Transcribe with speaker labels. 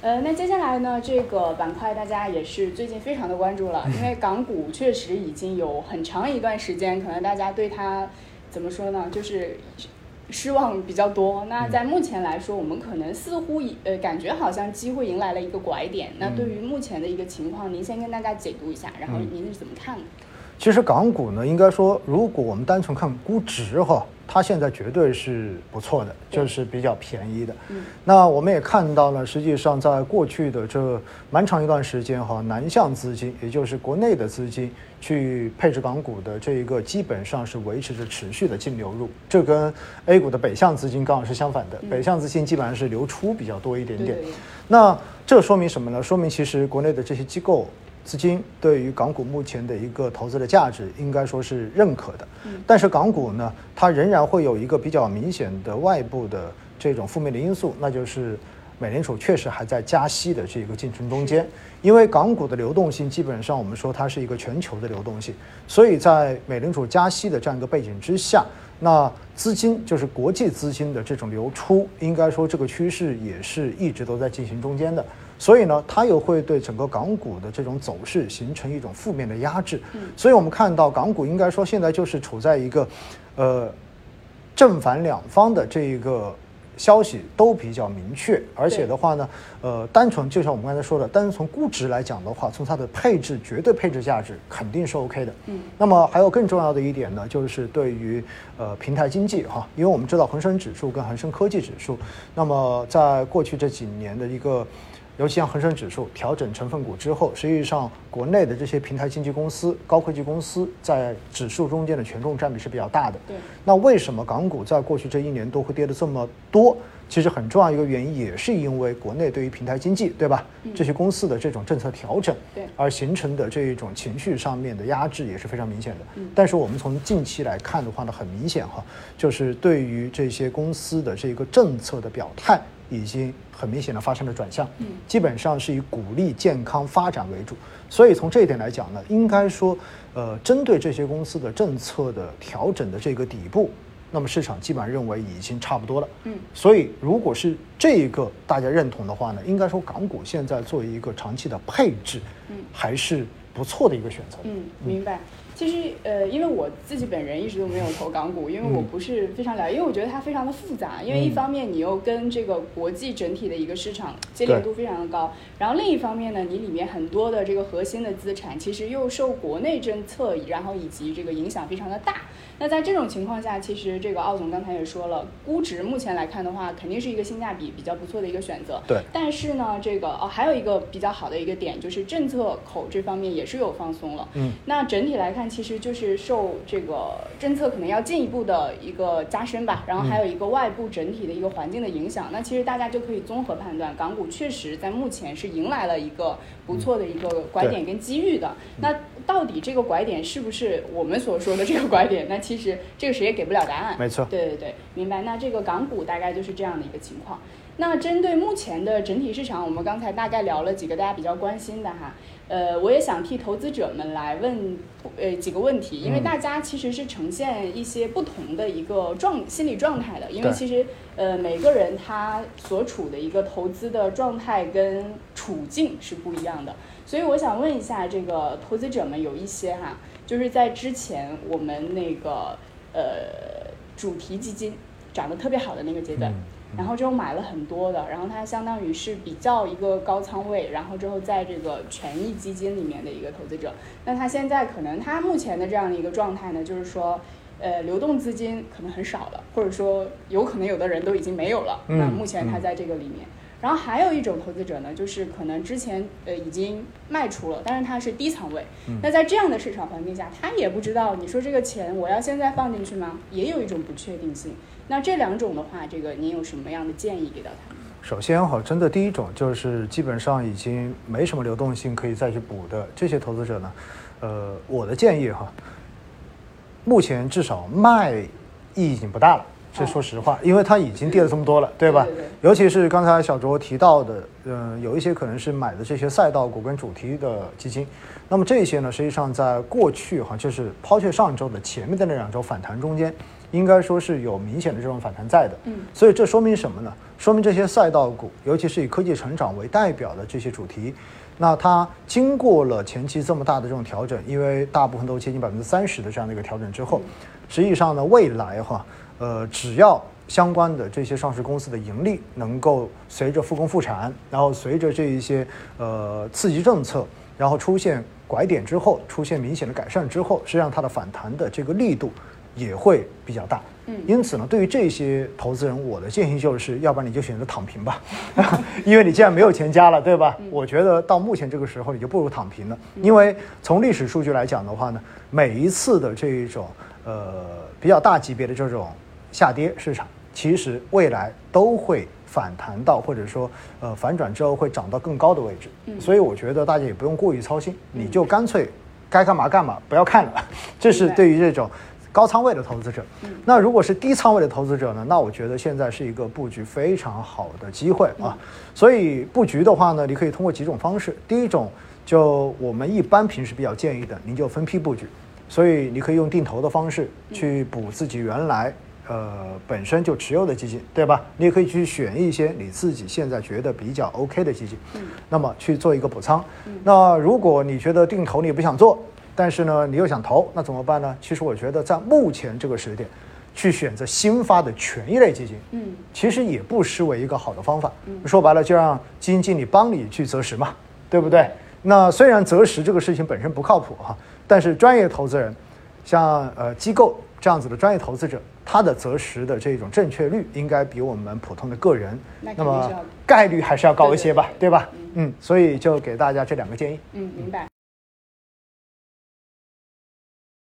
Speaker 1: 呃，那接下来呢，这个板块大家也是最近非常的关注了，因为港股确实已经有很长一段时间，可能大家对它怎么说呢，就是失望比较多。那在目前来说，我们可能似乎已呃感觉好像机会迎来了一个拐点。那对
Speaker 2: 嗯
Speaker 1: 于目前的一个情况，您先跟大家解读一下，然后您是怎么看的？
Speaker 2: 其实港股呢，应该说，如果我们单纯看估值哈，它现在绝对是不错的，
Speaker 1: 对
Speaker 2: 就是比较便宜的。
Speaker 1: 嗯
Speaker 2: 那我们也看到了，实际上在过去的这蛮长一段时间哈，南向资金，也就是国内的资金去配置港股的这一个，基本上是维持着持续的净流入。这跟 A 股的北向资金刚好是相反的，
Speaker 1: 嗯
Speaker 2: 北向资金基本上是流出比较多一点点。
Speaker 1: 对对对
Speaker 2: 那这说明什么呢？说明其实国内的这些机构资金对于港股目前的一个投资的价值，应该说是认可的。
Speaker 1: 嗯
Speaker 2: 但是港股呢，它仍然会有一个比较明显的外部的这种负面的因素，那就是美联储确实还在加息的这个进程中间。因为港股的流动性基本上我们说它是一个全球的流动性，所以在美联储加息的这样一个背景之下，那资金就是国际资金的这种流出，应该说这个趋势也是一直都在进行中间的。所以呢，它又会对整个港股的这种走势形成一种负面的压制。
Speaker 1: 嗯
Speaker 2: 所以我们看到港股应该说现在就是处在一个，呃，正反两方的这一个消息都比较明确，而且的话呢，呃，单纯就像我们刚才说的，单从估值来讲的话，从它的配置绝对配置价值肯定是 OK 的。
Speaker 1: 嗯
Speaker 2: 那么还有更重要的一点呢，就是对于呃平台经济哈，因为我们知道恒生指数跟恒生科技指数，那么在过去这几年的一个。尤其像恒生指数调整成分股之后，实际上国内的这些平台经济公司、高科技公司在指数中间的权重占比是比较大的。
Speaker 1: 对
Speaker 2: 那为什么港股在过去这一年都会跌得这么多？其实很重要一个原因，也是因为国内对于平台经济，对吧？
Speaker 1: 嗯
Speaker 2: 这些公司的这种政策调整，
Speaker 1: 对
Speaker 2: 而形成的这一种情绪上面的压制也是非常明显的。
Speaker 1: 嗯
Speaker 2: 但是我们从近期来看的话呢，很明显哈，就是对于这些公司的这个政策的表态，已经很明显的发生了转向。
Speaker 1: 嗯
Speaker 2: 基本上是以鼓励健康发展为主。所以从这一点来讲呢，应该说，呃，针对这些公司的政策的调整的这个底部，那么市场基本上认为已经差不多了。
Speaker 1: 嗯
Speaker 2: 所以，如果是这个大家认同的话呢，应该说港股现在作为一个长期的配置，
Speaker 1: 嗯
Speaker 2: 还是不错的一个选择。
Speaker 1: 嗯，明白。其实呃，因为我自己本人一直都没有投港股，因为我
Speaker 2: 嗯
Speaker 1: 不是非常了解，因为我觉得它非常的复杂。因为一
Speaker 2: 嗯
Speaker 1: 方面你又跟这个国际整体的一个市场接连
Speaker 2: 对
Speaker 1: 度非常的高，然后另一方面呢，你里面很多的这个核心的资产其实又受国内政策，然后以及这个影响非常的大。那在这种情况下，其实这个奥总刚才也说了，估值目前来看的话，肯定是一个性价比比较不错的一个选择。
Speaker 2: 对
Speaker 1: 但是呢，这个哦，还有一个比较好的一个点就是政策口这方面也是有放松了。
Speaker 2: 嗯，
Speaker 1: 那整体来看，其实就是受这个政策可能要进一步的一个加深吧，然后还有一个外部整体的一个环境的影响。那其实大家就可以综合判断，港股确实在目前是迎来了一个不错的一个拐点跟机遇的。那到底这个拐点是不是我们所说的这个拐点？那其实这个谁也给不了答案。
Speaker 2: 没错
Speaker 1: 对对对，明白。那这个港股大概就是这样的一个情况。那针对目前的整体市场，我们刚才大概聊了几个大家比较关心的哈，呃，我也想替投资者们来问呃几个问题，因为
Speaker 2: 嗯
Speaker 1: 大家其实是呈现一些不同的一个状心理状态的，因为
Speaker 2: 对
Speaker 1: 其实呃每个人他所处的一个投资的状态跟处境是不一样的，所以我想问一下这个投资者们有一些哈，就是在之前我们那个呃主题基金涨得特别好的那个阶段。
Speaker 2: 嗯
Speaker 1: 然后之后买了很多的，然后它相当于是比较一个高仓位，然后之后在这个权益基金里面的一个投资者。那他现在可能他目前的这样的一个状态呢，就是说，呃，流动资金可能很少了，或者说有可能有的人都已经没有了。
Speaker 2: 嗯
Speaker 1: 那目前他
Speaker 2: 嗯
Speaker 1: 在这个里面。然后还有一种投资者呢，就是可能之前呃已经卖出了，但是他是低仓位。
Speaker 2: 嗯
Speaker 1: 那在这样的市场环境下，他也不知道你说这个钱我要现在放进去吗？也有一种不确定性。那这两种的话，这个您有什么样的建议给到他们？
Speaker 2: 首先哈，针对第一种，就是基本上已经没什么流动性可以再去补的这些投资者呢，呃，我的建议哈，目前至少卖意义已经不大了。这说实话，因为它已经跌了这么多了，对吧？
Speaker 1: 嗯对对对
Speaker 2: 尤其是刚才小卓提到的，嗯、有一些可能是买的这些赛道股跟主题的基金，那么这些呢，实际上在过去哈，就是抛却上周的前面的那两周反弹中间，应该说是有明显的这种反弹在的。
Speaker 1: 嗯
Speaker 2: 所以这说明什么呢？说明这些赛道股，尤其是以科技成长为代表的这些主题，那它经过了前期这么大的这种调整，因为大部分都接近百分之三十的这样的一个调整之后，实际上呢，未来哈，呃，只要相关的这些上市公司的盈利能够随着复工复产，然后随着这一些呃刺激政策，然后出现拐点之后，出现明显的改善之后，实际上它的反弹的这个力度也会比较大。
Speaker 1: 嗯
Speaker 2: 因此呢，对于这些投资人，我的建议就是，要不然你就选择躺 平吧，因为你既然没有钱加了，对吧？
Speaker 1: 嗯
Speaker 2: 我觉得到目前这个时候，你就不如躺平了，因为从历史数据来讲的话呢，每一次的这一种呃比较大级别的这种下跌市场，其实未来都会反弹到或者说呃反转之后会涨到更高的位置，
Speaker 1: 嗯
Speaker 2: 所以我觉得大家也不用过于操心，你就干脆该干嘛干嘛，不要看了， 这是
Speaker 1: 明白
Speaker 2: 对于这种高仓位的投资者
Speaker 1: 嗯。
Speaker 2: 那如果是低仓位的投资者呢？那我觉得现在是一个布局非常好的机会啊。所以布局的话呢，你可以通过几种方式。第一种，就我们一般平时比较建议的，您就分批布局。所以你可以用定投的方式去补自己原来呃本身就持有的基金，对吧？你也可以去选一些你自己现在觉得比较 OK 的基金，那么去做一个补仓。那如果你觉得定投你不想做，但是呢你又想投，那怎么办呢？其实我觉得在目前这个时点，去选择新发的权益类基金，
Speaker 1: 嗯
Speaker 2: 其实也不失为一个好的方法。说白了，就让基金经理帮你去择时嘛，对不对？那虽然择时这个事情本身不靠谱哈、但是专业投资人，像呃机构这样子的专业投资者，他的择时的这种正确率应该比我们普通的个人，
Speaker 1: 那肯定
Speaker 2: 那
Speaker 1: 是
Speaker 2: 么
Speaker 1: 要
Speaker 2: 概率还是要高一些吧，
Speaker 1: 对
Speaker 2: 对吧？嗯，所以就给大家这两个建议。
Speaker 1: 嗯，明白。